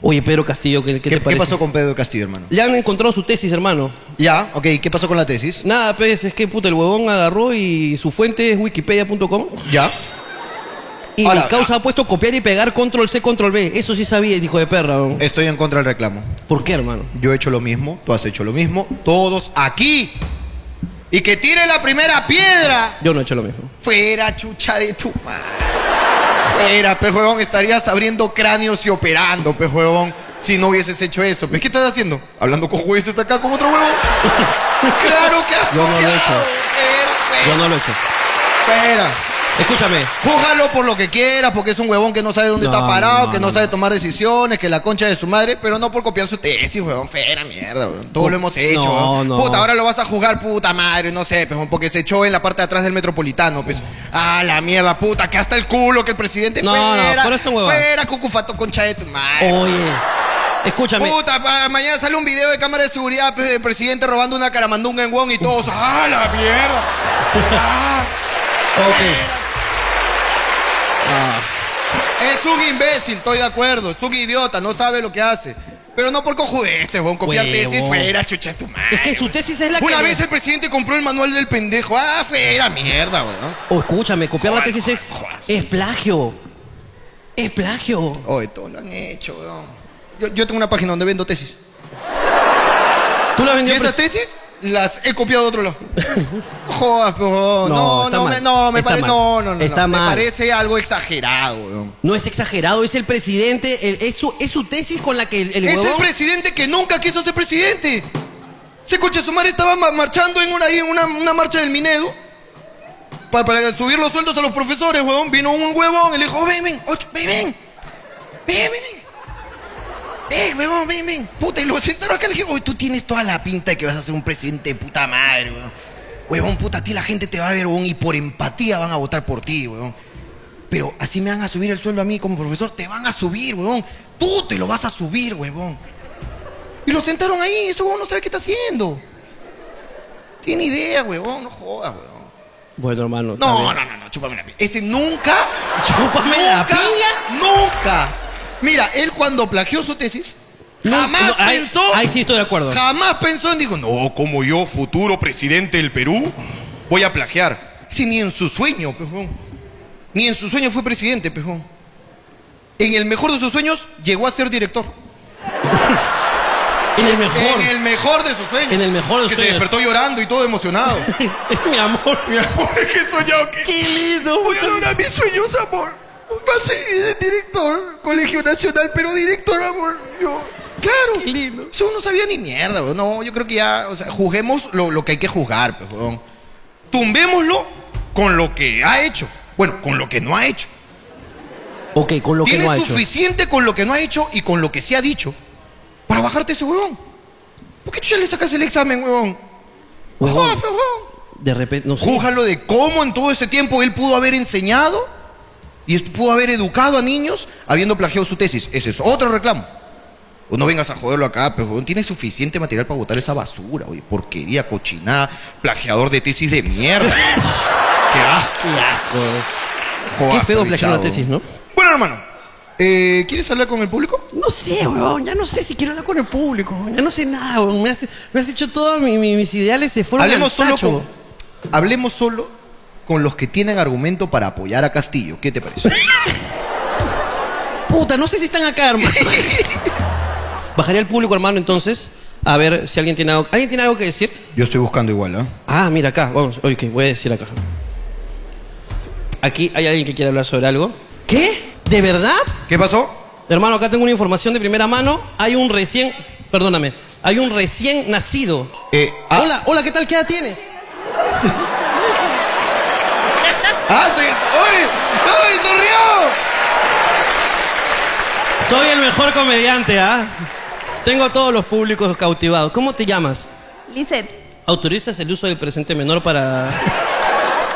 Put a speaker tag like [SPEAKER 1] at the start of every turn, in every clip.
[SPEAKER 1] Oye, Pedro Castillo, ¿qué, qué
[SPEAKER 2] ¿Qué,
[SPEAKER 1] te
[SPEAKER 2] qué
[SPEAKER 1] parece?
[SPEAKER 2] pasó con Pedro Castillo, hermano?
[SPEAKER 1] Le han encontrado su tesis, hermano.
[SPEAKER 2] Ya, ok, ¿qué pasó con la tesis?
[SPEAKER 1] Nada, pues, es que puta, el huevón agarró y su fuente es wikipedia.com.
[SPEAKER 2] Ya.
[SPEAKER 1] Y
[SPEAKER 2] Ahora,
[SPEAKER 1] mi causa ha puesto copiar y pegar control C, control B. Eso sí sabía, hijo de perra. huevón.
[SPEAKER 2] Estoy en contra del reclamo.
[SPEAKER 1] ¿Por qué, hermano?
[SPEAKER 2] Yo he hecho lo mismo, tú has hecho lo mismo, todos aquí. Y que tire la primera piedra.
[SPEAKER 1] Yo no he hecho lo mismo.
[SPEAKER 2] Fuera, chucha de tu madre. Fuera, pejuevón, estarías abriendo cráneos y operando, pejuevón. Si no hubieses hecho eso. ¿Pues qué estás haciendo? ¿Hablando con jueces acá con otro huevo? claro que has
[SPEAKER 1] Yo no lo he
[SPEAKER 2] copiado.
[SPEAKER 1] hecho.
[SPEAKER 2] Fuera,
[SPEAKER 1] Yo no lo he hecho.
[SPEAKER 2] Fuera.
[SPEAKER 1] Escúchame.
[SPEAKER 2] Jújalo por lo que quiera, porque es un huevón que no sabe dónde
[SPEAKER 1] No,
[SPEAKER 2] está parado,
[SPEAKER 1] no,
[SPEAKER 2] que no,
[SPEAKER 1] no.
[SPEAKER 2] sabe tomar decisiones, que la concha de su madre, pero no por copiar su tesis, huevón, fera, mierda, huevón. Todo
[SPEAKER 1] Co-
[SPEAKER 2] lo hemos hecho,
[SPEAKER 1] No,
[SPEAKER 2] huevón.
[SPEAKER 1] no.
[SPEAKER 2] Puta, ahora lo vas a jugar, puta madre, no sé, pues, huevón, porque se echó en la parte de atrás del metropolitano, pues. Ah, la mierda, puta, que hasta el culo, que el presidente
[SPEAKER 1] No, no,
[SPEAKER 2] fuera,
[SPEAKER 1] por eso, huevón.
[SPEAKER 2] fuera, cucufato, concha de tu madre.
[SPEAKER 1] Oye. Escúchame.
[SPEAKER 2] Puta, pa- mañana sale un video de cámara de seguridad pues, del presidente robando una caramandunga en Wong y todos. ¡Ah, la mierda! Ah. Ah. Es un imbécil, estoy de acuerdo. Es un idiota, no sabe lo que hace. Pero no por cojudeces, weón. Copiar
[SPEAKER 1] Huevo.
[SPEAKER 2] tesis fuera, chucha tu madre.
[SPEAKER 1] Es que su tesis es la que.
[SPEAKER 2] Una
[SPEAKER 1] le-
[SPEAKER 2] vez el presidente compró el manual del pendejo. Ah, fuera, mierda, weón.
[SPEAKER 1] O escúchame, copiar la
[SPEAKER 2] Joder,
[SPEAKER 1] tesis es.
[SPEAKER 2] joder, joder.
[SPEAKER 1] Es plagio. Es plagio.
[SPEAKER 2] Oye, todos lo han hecho, weón. Yo, yo tengo una página donde vendo tesis.
[SPEAKER 1] ¿Tú la
[SPEAKER 2] Y
[SPEAKER 1] vendías?
[SPEAKER 2] esas
[SPEAKER 1] pres-
[SPEAKER 2] tesis las he copiado de otro lado. No Jodas,
[SPEAKER 1] No,
[SPEAKER 2] weón. No, no,
[SPEAKER 1] está
[SPEAKER 2] me,
[SPEAKER 1] mal.
[SPEAKER 2] no, me
[SPEAKER 1] Está
[SPEAKER 2] parece.
[SPEAKER 1] mal.
[SPEAKER 2] No, no, no.
[SPEAKER 1] Está
[SPEAKER 2] no. Me
[SPEAKER 1] mal.
[SPEAKER 2] parece algo exagerado, weón.
[SPEAKER 1] No es exagerado, es el presidente. el- es, su, es su tesis con la que el, el
[SPEAKER 2] Es el
[SPEAKER 1] huevón-
[SPEAKER 2] presidente que nunca quiso ser presidente. Se coche su madre estaba ma- marchando en una, ahí en una, una marcha del Minedo. pa- Para, subir los sueldos a los profesores, huevón. Vino un huevón y le dijo, "Oh, ven, ven, ocho, ven, ven. Ven, ven, ven. Ven, huevón, ven, ven. Puta, y lo sentaron acá y le dije, oye, tú tienes toda la pinta de que vas a ser un presidente de puta madre, huevón. Huevón, puta, a ti la gente te va a ver, huevón, y por empatía van a votar por ti, huevón. Pero así me van a subir el sueldo a mí como profesor. Te van a subir, huevón. Tú te lo vas a subir, huevón. Y lo sentaron ahí. Ese huevón no sabe qué está haciendo. Tiene idea, huevón. No jodas, huevón.
[SPEAKER 1] Bueno, hermano. está
[SPEAKER 2] No,
[SPEAKER 1] bien.
[SPEAKER 2] no, no, no. Chúpame la piña. Ese nunca.
[SPEAKER 1] Chúpame la
[SPEAKER 2] nunca,
[SPEAKER 1] piña.
[SPEAKER 2] Nunca. Mira, él cuando plagió su tesis,
[SPEAKER 1] No,
[SPEAKER 2] jamás
[SPEAKER 1] no, ahí-
[SPEAKER 2] pensó.
[SPEAKER 1] Ahí sí estoy de acuerdo.
[SPEAKER 2] Jamás pensó en dijo, no, como yo, futuro presidente del Perú, voy a plagiar. Si ni en su sueño, pejón. Ni en su sueño fue presidente, pejón. En el mejor de sus sueños llegó a ser director.
[SPEAKER 1] En el mejor.
[SPEAKER 2] En el mejor de sus sueños.
[SPEAKER 1] En el mejor de
[SPEAKER 2] Que
[SPEAKER 1] sus
[SPEAKER 2] se
[SPEAKER 1] sueños.
[SPEAKER 2] despertó llorando y todo emocionado.
[SPEAKER 1] Mi amor.
[SPEAKER 2] mi amor, es que he soñado que...
[SPEAKER 1] Qué lindo.
[SPEAKER 2] Voy a lograr mis sueños, amor. Va a ser director, Colegio Nacional, pero director, amor. Yo, claro.
[SPEAKER 1] Qué lindo.
[SPEAKER 2] Eso no sabía ni mierda, weón. No, yo creo que ya, o sea, juzguemos lo, lo que hay que juzgar, pues, weón. Tumbémoslo con lo que ha hecho. Bueno, con lo que no ha hecho.
[SPEAKER 1] Ok, con lo que
[SPEAKER 2] Tienes
[SPEAKER 1] no ha hecho.
[SPEAKER 2] suficiente con lo que no ha hecho y con lo que sí ha dicho para bajarte ese huevón. ¿Por qué tú ya le sacas el examen, huevón?
[SPEAKER 1] Huevón,
[SPEAKER 2] Joder, pues, huevón.
[SPEAKER 1] de repente. No sé.
[SPEAKER 2] Jújalo de cómo en todo ese tiempo él pudo haber enseñado y est- pudo haber educado a niños habiendo plagiado su tesis. Ese es otro reclamo. O no vengas a joderlo acá, pero huevón, tiene suficiente material para botar esa basura, oye, porquería, cochinada, plagiador de tesis de mierda. Qué asco.
[SPEAKER 1] Qué
[SPEAKER 2] Jodas,
[SPEAKER 1] feo
[SPEAKER 2] por
[SPEAKER 1] plagiar
[SPEAKER 2] hinchado.
[SPEAKER 1] una tesis, ¿no?
[SPEAKER 2] Bueno, hermano, eh, ¿quieres hablar con el público?
[SPEAKER 1] No sé, weón, ya no sé si quiero hablar con el público, weón, ya no sé nada, weón. Me has, me has hecho todos mis ideales se fueron
[SPEAKER 2] Hablemos
[SPEAKER 1] al
[SPEAKER 2] solo,
[SPEAKER 1] tacho.
[SPEAKER 2] con, hablemos solo con los que tienen argumento para apoyar a Castillo. ¿Qué te parece?
[SPEAKER 1] Puta, no sé si están acá, hermano. Bajaría al público, hermano, entonces, a ver si alguien tiene algo, ¿alguien tiene algo que decir.
[SPEAKER 2] Yo estoy buscando igual, ¿ah?
[SPEAKER 1] Ah, mira acá, vamos, ok, voy a decir acá. Aquí hay alguien que quiere hablar sobre algo. ¿Qué? ¿De verdad?
[SPEAKER 2] ¿Qué pasó?
[SPEAKER 1] Hermano, acá tengo una información de primera mano. Hay un recién, perdóname, hay un recién nacido.
[SPEAKER 2] Eh, ah,
[SPEAKER 1] Hola, hola, ¿qué tal? ¿Qué edad tienes?
[SPEAKER 2] ah, se- ¡Uy! ¡Uy, sonrió!
[SPEAKER 1] Soy el mejor comediante, ¿ah? Tengo a todos los públicos cautivados. ¿Cómo te llamas?
[SPEAKER 3] Lisette,
[SPEAKER 1] ¿Autorizas el uso del presente menor para...?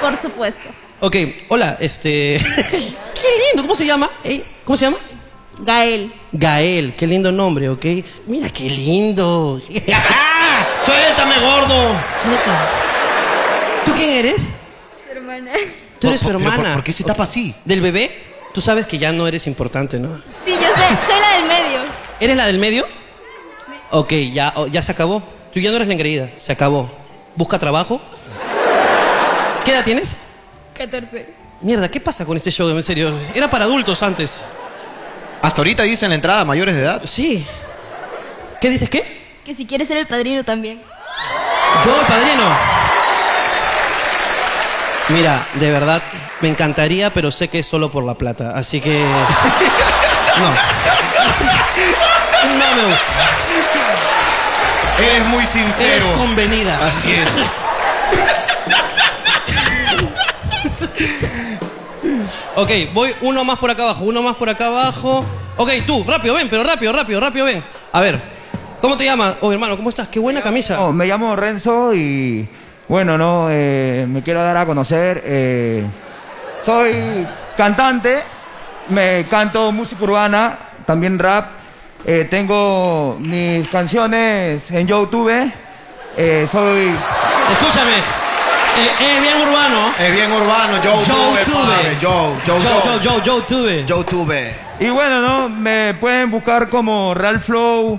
[SPEAKER 3] por supuesto.
[SPEAKER 1] Ok, hola, este... qué lindo, ¿cómo se llama? Ey, ¿Cómo se llama?
[SPEAKER 3] Gael,
[SPEAKER 1] Gael, qué lindo nombre, ¿ok? Mira, qué lindo.
[SPEAKER 2] ¡Suéltame, gordo!
[SPEAKER 1] Chuta. ¿Tú quién eres?
[SPEAKER 3] su hermana.
[SPEAKER 1] Tú eres su
[SPEAKER 2] Pero, pero,
[SPEAKER 1] hermana.
[SPEAKER 2] ¿Por qué se tapa así?
[SPEAKER 1] ¿Del bebé? Tú sabes que ya no eres importante, ¿no?
[SPEAKER 3] Sí, yo sé, soy la del medio.
[SPEAKER 1] ¿Eres la del medio? Sí. Ok, ya, oh, ya se acabó. Tú ya no eres la engreída. Se acabó. Busca trabajo. ¿Qué edad tienes?
[SPEAKER 3] 14.
[SPEAKER 1] Mierda, ¿qué pasa con este show? En serio, era para adultos antes.
[SPEAKER 2] Hasta ahorita dice en la entrada mayores de edad.
[SPEAKER 1] Sí. ¿Qué dices qué?
[SPEAKER 4] Que si quieres ser el padrino también.
[SPEAKER 1] Yo, el padrino. Mira, de verdad, me encantaría, pero sé que es solo por la plata. Así que. No. No me gusta.
[SPEAKER 5] Eres muy
[SPEAKER 1] Eres
[SPEAKER 5] sincero.
[SPEAKER 1] convenida.
[SPEAKER 5] Así es.
[SPEAKER 1] Ok, voy uno más por acá abajo, uno más por acá abajo. Ok, tú, rápido, ven, pero rápido, rápido, rápido, ven. A ver, ¿cómo te llamas? Oh, hermano, ¿cómo estás? Qué buena camisa.
[SPEAKER 5] Oh.
[SPEAKER 6] No, Oh, me llamo Renzo y bueno, no, eh, me quiero dar a conocer. eh, soy cantante, me canto música urbana, también rap. eh, tengo mis canciones en YouTube. eh, soy
[SPEAKER 1] Escúchame, eh, es bien urbano.
[SPEAKER 5] Es bien urbano. Yo,
[SPEAKER 1] Joe Tube.
[SPEAKER 5] Yo, yo,
[SPEAKER 1] Joe, Joe, Joe, Joe Tube.
[SPEAKER 5] Yo tuve.
[SPEAKER 6] y bueno, no, me pueden buscar como Real Flow.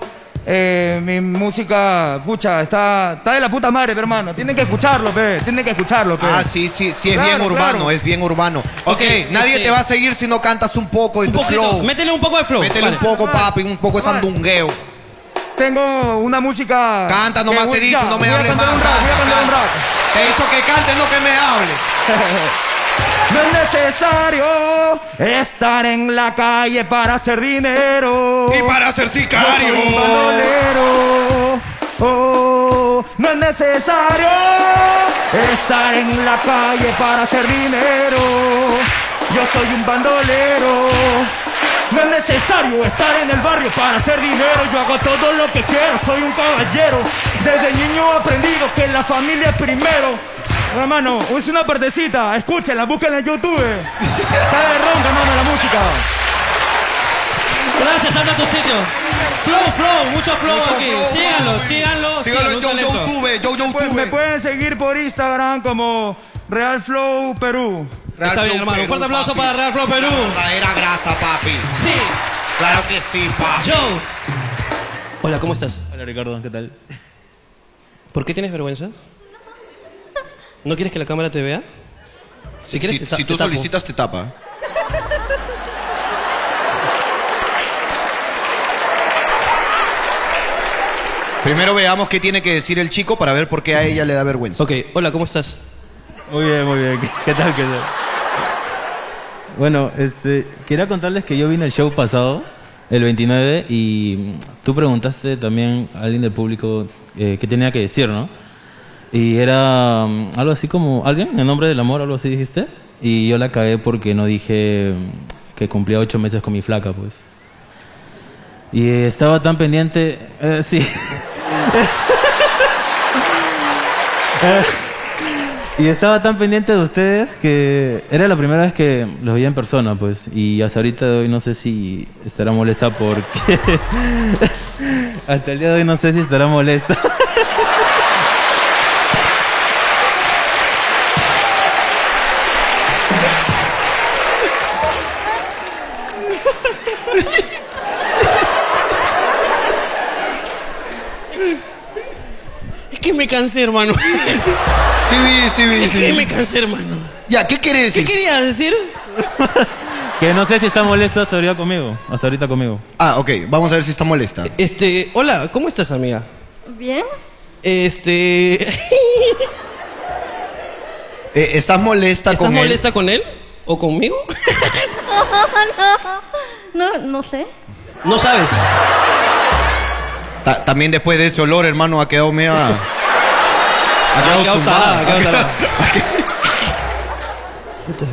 [SPEAKER 6] eh, mi música, pucha, está, está de la puta madre, pe, hermano. Tienen que escucharlo, pe. Tienen que escucharlo, pe.
[SPEAKER 5] Ah, sí, sí, sí, es
[SPEAKER 6] Claro,
[SPEAKER 5] bien urbano,
[SPEAKER 6] claro.
[SPEAKER 5] es bien urbano. Ok,
[SPEAKER 1] Ok,
[SPEAKER 5] nadie
[SPEAKER 1] ok.
[SPEAKER 5] te va a seguir si no cantas un poco de
[SPEAKER 1] Un
[SPEAKER 5] tu
[SPEAKER 1] poquito,
[SPEAKER 5] flow.
[SPEAKER 1] métele un poco de flow.
[SPEAKER 5] Métele un
[SPEAKER 1] Vale.
[SPEAKER 5] poco, papi, un poco de sandungueo.
[SPEAKER 6] Tengo una música.
[SPEAKER 5] Canta,
[SPEAKER 6] que
[SPEAKER 5] nomás te he
[SPEAKER 6] voy-
[SPEAKER 5] dicho,
[SPEAKER 6] ya,
[SPEAKER 5] no me
[SPEAKER 6] voy a
[SPEAKER 5] hables
[SPEAKER 6] cantar
[SPEAKER 5] más.
[SPEAKER 6] un rap, voy a
[SPEAKER 5] Canta,
[SPEAKER 6] cantar un
[SPEAKER 5] canta.
[SPEAKER 6] rap.
[SPEAKER 5] Te he dicho que cantes, no que me hables.
[SPEAKER 6] No es necesario estar en la calle para hacer dinero.
[SPEAKER 5] Y para ser
[SPEAKER 6] Yo soy
[SPEAKER 5] sicario.
[SPEAKER 6] un bandolero. Oh, no es necesario estar en la calle para hacer dinero. Yo soy un bandolero. No es necesario estar en el barrio para hacer dinero. Yo hago todo lo que quiero, soy un caballero. Desde niño he aprendido que la familia es primero. Hermano, es una partecita, escúchenla, búsquenla en YouTube. Está de ronca, hermano, la música.
[SPEAKER 1] Gracias, anda a tu sitio. Flow, flow, mucho flow aquí. síganlo, síganlo, síganlo.
[SPEAKER 5] Sígalo en
[SPEAKER 1] un
[SPEAKER 5] Yo, yo
[SPEAKER 1] talento.
[SPEAKER 5] tuve, yo, yo
[SPEAKER 6] Pues me
[SPEAKER 5] tuve.
[SPEAKER 6] pueden seguir por Instagram como Real Flow Perú.
[SPEAKER 5] Real
[SPEAKER 1] Está bien,
[SPEAKER 5] Flow
[SPEAKER 1] hermano.
[SPEAKER 5] Perú,
[SPEAKER 1] Un fuerte aplauso
[SPEAKER 5] papi.
[SPEAKER 1] para Real Flow Perú.
[SPEAKER 5] Verdadera grasa, papi.
[SPEAKER 1] Sí,
[SPEAKER 5] Claro que sí, papi.
[SPEAKER 1] Joe. Hola, ¿cómo estás?
[SPEAKER 7] Hola Ricardo, ¿qué tal?
[SPEAKER 1] ¿Por qué tienes vergüenza? ¿No quieres que la cámara te vea? Si quieres,
[SPEAKER 2] si,
[SPEAKER 1] te ta-
[SPEAKER 2] si tú
[SPEAKER 1] te tapo.
[SPEAKER 2] solicitas, te tapa.
[SPEAKER 5] Primero veamos
[SPEAKER 2] ¿Qué tiene que decir el chico para ver por qué a ella le da vergüenza?
[SPEAKER 1] Ok, hola, ¿cómo estás?
[SPEAKER 7] Muy bien, muy bien. ¿Qué, qué tal, qué tal? Bueno, este, quería contarles que yo vine al show pasado, el 29, y mm, tú preguntaste también a alguien del público eh, qué tenía que decir, ¿no? Y era mm, algo así como, ¿alguien? ¿En nombre del amor? Algo así dijiste. Y yo la cagué porque no dije mm, que cumplía ocho meses con mi flaca, pues. Y eh, estaba tan pendiente, eh, sí. Y estaba tan pendiente de ustedes que era la primera vez que los veía en persona, pues. Y hasta ahorita de hoy no sé si estará molesta porque. hasta el día de hoy no sé si estará molesta.
[SPEAKER 1] Es que me cansé, hermano.
[SPEAKER 2] Sí, vi, sí, vi,
[SPEAKER 1] Es
[SPEAKER 2] sí.
[SPEAKER 1] que
[SPEAKER 2] vi.
[SPEAKER 1] me cansé, hermano.
[SPEAKER 2] Ya, ¿qué quiere
[SPEAKER 1] ¿Qué
[SPEAKER 2] decir?
[SPEAKER 1] querías decir?
[SPEAKER 7] que no sé si está molesta hasta ahorita conmigo. Hasta ahorita conmigo.
[SPEAKER 2] Ah, ok, vamos a ver si está molesta.
[SPEAKER 1] Este, hola, ¿cómo estás, amiga?
[SPEAKER 4] ¿Bien?
[SPEAKER 1] Este,
[SPEAKER 2] Eh, ¿Estás molesta
[SPEAKER 1] ¿estás
[SPEAKER 2] con él?
[SPEAKER 1] molesta con él o conmigo?
[SPEAKER 4] No, no sé.
[SPEAKER 1] No sabes.
[SPEAKER 2] Ta- también después de ese olor, hermano, ha quedado media... ha
[SPEAKER 1] Ah, qué
[SPEAKER 2] zumbada.
[SPEAKER 1] otada, qué otada. Puta.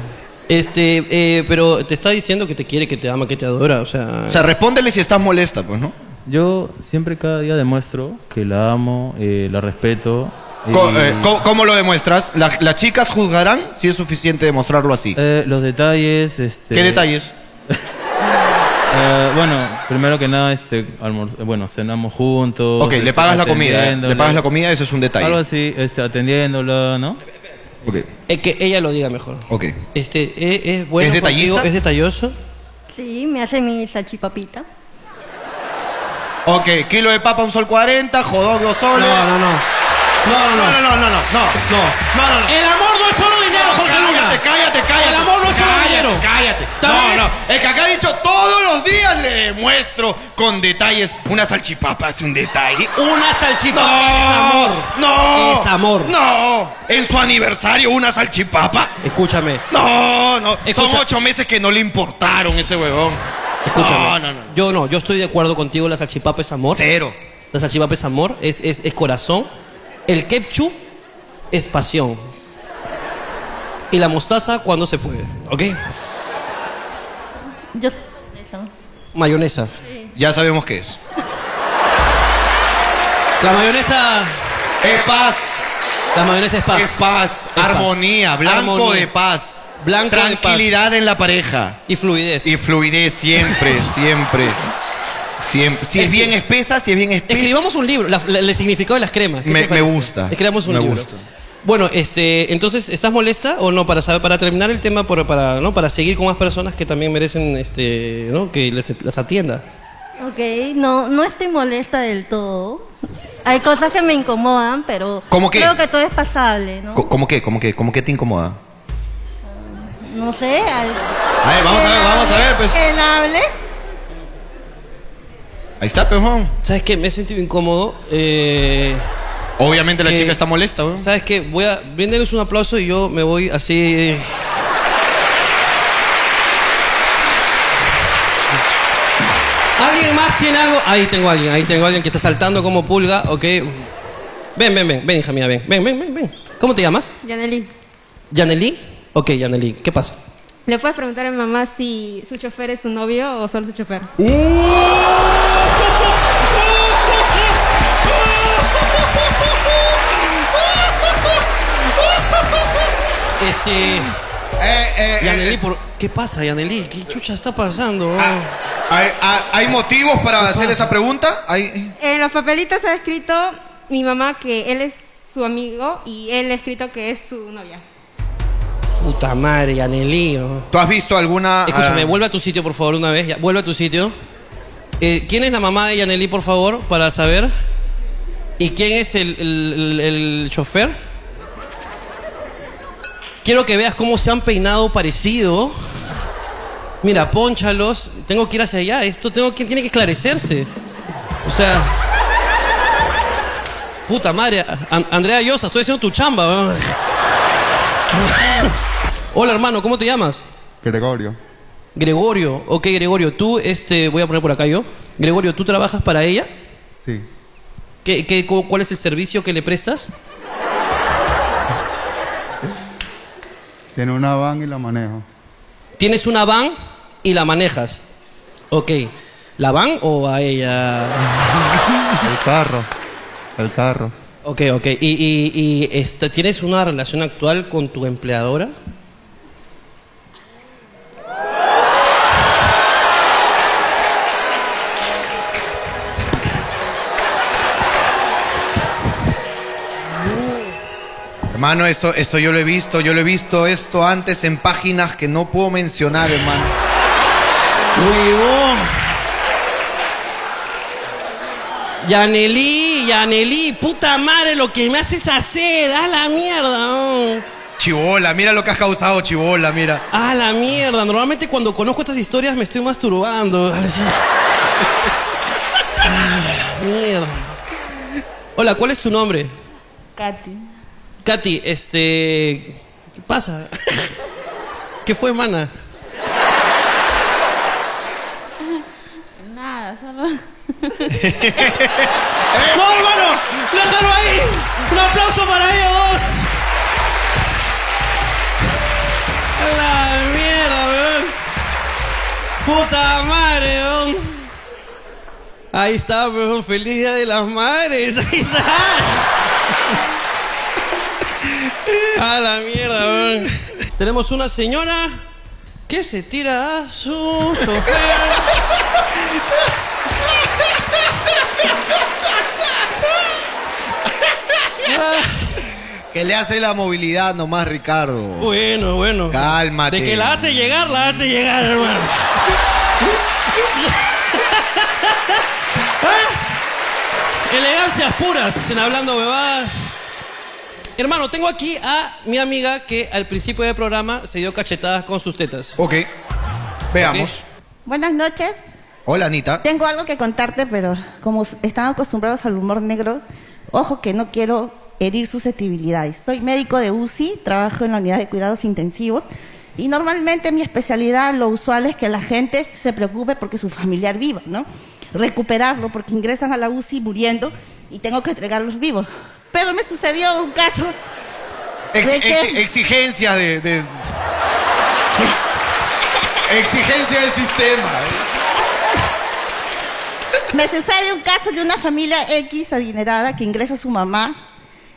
[SPEAKER 1] Este, eh, pero te está diciendo que te quiere, que te ama, que te adora, o sea.
[SPEAKER 2] O sea, respóndele si estás molesta, pues, ¿no?
[SPEAKER 7] Yo siempre cada día demuestro que la amo, eh, la respeto. y-
[SPEAKER 2] Co- eh, co- ¿Cómo lo demuestras? La- las chicas juzgarán si es suficiente demostrarlo así.
[SPEAKER 7] eh, los detalles, este.
[SPEAKER 2] ¿Qué detalles?
[SPEAKER 7] Eh, bueno, primero que nada, este, almor- bueno, cenamos juntos.
[SPEAKER 2] ok, le
[SPEAKER 7] este,
[SPEAKER 2] pagas la comida. ¿eh?
[SPEAKER 7] atendiéndole.
[SPEAKER 2] Le pagas la comida, ese es un
[SPEAKER 7] Algo
[SPEAKER 2] detalle.
[SPEAKER 7] así, este, atendiéndola, ¿no?
[SPEAKER 2] Ok,
[SPEAKER 1] Es eh, que ella lo diga mejor.
[SPEAKER 2] ok.
[SPEAKER 1] Este, ¿es, es bueno
[SPEAKER 2] ¿Es detallista?
[SPEAKER 1] contigo? ¿Es detalloso?
[SPEAKER 4] Sí, me hace mi salchipapita.
[SPEAKER 2] Ok, kilo de papa, un sol 40, jodón, dos soles.
[SPEAKER 1] No, no, no. No, no, no.
[SPEAKER 2] no, no, no, no, no, no.
[SPEAKER 1] No.
[SPEAKER 2] No, no, no.
[SPEAKER 1] El amor no es solo dinero, Jorge Luna.
[SPEAKER 2] Cállate, cállate, cállate.
[SPEAKER 1] El amor no es solo
[SPEAKER 2] Cállate,
[SPEAKER 1] dinero.
[SPEAKER 2] Cállate. No,
[SPEAKER 1] También-
[SPEAKER 2] no. El que acá ha dicho todos los días le demuestro con detalles. Una salchipapa es un detalle.
[SPEAKER 1] Una salchipapa es amor.
[SPEAKER 2] No.
[SPEAKER 1] Es amor.
[SPEAKER 2] No. En su aniversario, una salchipapa.
[SPEAKER 1] Escúchame.
[SPEAKER 2] No, no. Son
[SPEAKER 1] Escucha.
[SPEAKER 2] ocho meses que no le importaron ese huevón.
[SPEAKER 1] Escúchame.
[SPEAKER 2] No, no, no.
[SPEAKER 1] Yo no, yo estoy de acuerdo contigo. La salchipapa es amor.
[SPEAKER 2] Cero.
[SPEAKER 1] La salchipapa es amor, es, es, es corazón. El ketchup es pasión. Y la mostaza cuando se puede, ¿ok?
[SPEAKER 8] Yo.
[SPEAKER 1] Mayonesa.
[SPEAKER 2] Ya sabemos qué es.
[SPEAKER 1] La mayonesa,
[SPEAKER 2] Es paz.
[SPEAKER 1] la mayonesa es paz.
[SPEAKER 2] Es paz.
[SPEAKER 1] paz.
[SPEAKER 2] Armonía. Blanco
[SPEAKER 1] Armonía.
[SPEAKER 2] de paz.
[SPEAKER 1] Blanco de paz.
[SPEAKER 2] Tranquilidad en la pareja.
[SPEAKER 1] Y fluidez.
[SPEAKER 2] Y fluidez siempre, siempre. Siempre. Si es
[SPEAKER 1] Es
[SPEAKER 2] bien
[SPEAKER 1] que-
[SPEAKER 2] espesa, si Este- es bien espesa.
[SPEAKER 1] Escribamos un libro, la- la- el significado de las cremas. ¿qué
[SPEAKER 2] Me-
[SPEAKER 1] te parece?
[SPEAKER 2] me gusta.
[SPEAKER 1] Escribamos un
[SPEAKER 2] Me
[SPEAKER 1] libro.
[SPEAKER 2] gusta.
[SPEAKER 1] Bueno, este, entonces, ¿estás molesta o no? Para saber, para terminar el tema, por- para, ¿no? para seguir con más personas que también merecen, este, ¿no? Que les- las atienda.
[SPEAKER 8] Ok, no, no estoy molesta del todo. Hay cosas que me incomodan, pero
[SPEAKER 2] ¿Cómo qué?
[SPEAKER 8] creo que todo es pasable, ¿no?
[SPEAKER 2] Co- ¿Cómo qué? ¿Cómo qué? ¿Cómo qué te incomoda?
[SPEAKER 8] no sé. al-
[SPEAKER 2] A ver, vamos a
[SPEAKER 8] que
[SPEAKER 2] ver,
[SPEAKER 8] la-
[SPEAKER 2] vamos a ver, pues.
[SPEAKER 8] Que la hable.
[SPEAKER 2] Ahí está, pejón.
[SPEAKER 1] ¿Sabes qué? Me he sentido incómodo. Eh,
[SPEAKER 2] Obviamente la
[SPEAKER 1] Que-
[SPEAKER 2] chica está molesta, weón.
[SPEAKER 1] ¿Sabes qué? Voy a brindarles un aplauso y yo me voy así. eh. ¿Alguien más tiene algo? Ahí tengo a alguien, ahí tengo a alguien que está saltando como pulga, ok. Ven, ven, ven, ven, hija mía, ven, ven, ven, ven, ven. ¿Cómo te llamas?
[SPEAKER 9] Yanelin,
[SPEAKER 1] ¿Yaneli? Ok, Yaneli, ¿qué pasa?
[SPEAKER 9] ¿le puedes preguntar a mi mamá si su chofer es su novio o solo su chofer?
[SPEAKER 1] Este.
[SPEAKER 2] Eh, eh, eh,
[SPEAKER 1] Yaneli,
[SPEAKER 2] eh,
[SPEAKER 1] por... ¿qué pasa, Yaneli? ¿Qué chucha está pasando?
[SPEAKER 2] ah, ¿Hay, ah, hay motivos para hacer esa pregunta? Hay- eh.
[SPEAKER 9] En los papelitos ha escrito mi mamá que él es su amigo y él ha escrito que es su novia.
[SPEAKER 1] Puta madre, Yaneli. ¿no?
[SPEAKER 2] ¿Tú has visto alguna...?
[SPEAKER 1] Escúchame,
[SPEAKER 2] ah,
[SPEAKER 1] vuelve a tu sitio, por favor, una vez. Ya, vuelve a tu sitio. Eh, ¿Quién es la mamá de Yaneli, por favor, para saber? ¿Y quién es el, el- el- el chofer? Quiero que veas cómo se han peinado parecido. Mira, ponchalos. Tengo que ir hacia allá. Esto tengo que, tiene que esclarecerse. O sea. Puta madre. An- Andrea Llosa, estoy haciendo tu chamba. weón. Hola, hermano, ¿cómo te llamas?
[SPEAKER 6] Gregorio.
[SPEAKER 1] Gregorio, ok Gregorio, tú, este, voy a poner por acá yo. Gregorio, ¿tú trabajas para ella?
[SPEAKER 6] Sí.
[SPEAKER 1] ¿Qué, qué, cu- ¿Cuál es el servicio que le prestas?
[SPEAKER 6] Tiene una van y la manejo.
[SPEAKER 1] Tienes una van y la manejas. Ok, ¿la van o a ella?
[SPEAKER 6] El carro. El carro.
[SPEAKER 1] Ok, ok. ¿Y, y, y este, tienes una relación actual con tu empleadora?
[SPEAKER 2] Hermano, esto, esto yo lo he visto, yo lo he visto esto antes en páginas que no puedo mencionar, hermano.
[SPEAKER 1] ¡Huevón! Yaneli, Yaneli, puta madre, lo que me haces hacer, a la mierda. weón.
[SPEAKER 2] Chibola, mira lo que has causado, chibola, mira.
[SPEAKER 1] Ah, la mierda. Normalmente cuando conozco estas historias me estoy masturbando. Ah, mierda. Hola, ¿cuál es tu nombre?
[SPEAKER 10] Katy.
[SPEAKER 1] Katy, este... ¿Qué pasa? ¿Qué fue, mana?
[SPEAKER 10] Nada, solo.
[SPEAKER 1] ¡No, hermano! ¡Déjalo ahí! ¡Un aplauso para ellos dos! A ¡La mierda, weón! ¡Puta madre, weón! Ahí está, weón. ¡Feliz Día de las Madres! ¡Ahí está! ¡A la mierda, weón! Tenemos una señora que se tira a su chofer.
[SPEAKER 2] Que le hace la movilidad nomás, Ricardo.
[SPEAKER 1] Bueno, bueno.
[SPEAKER 2] Cálmate.
[SPEAKER 1] De que la hace llegar, la hace llegar, hermano. ¿Ah? ¿Eh? Elegancias puras, en hablando bebadas. Hermano, tengo aquí a mi amiga que al principio del programa se dio cachetadas con sus tetas.
[SPEAKER 2] Ok. Veamos.
[SPEAKER 11] Buenas noches.
[SPEAKER 2] Hola, Anita.
[SPEAKER 11] Tengo algo que contarte, pero como s- están acostumbrados al humor negro, ojo que no quiero herir susceptibilidades. Soy médico de UCI, trabajo en la unidad de cuidados intensivos y normalmente mi especialidad, lo usual es que la gente se preocupe porque su familiar viva, ¿no? Recuperarlo porque ingresan a la UCI muriendo y tengo que entregarlos vivos. Pero me sucedió un caso.
[SPEAKER 2] Ex-
[SPEAKER 11] ¿De qué?
[SPEAKER 2] ex- exigencias de, de- Exigencia del sistema.
[SPEAKER 12] ¿eh?
[SPEAKER 11] Me sucede un caso de una familia X adinerada que ingresa a su mamá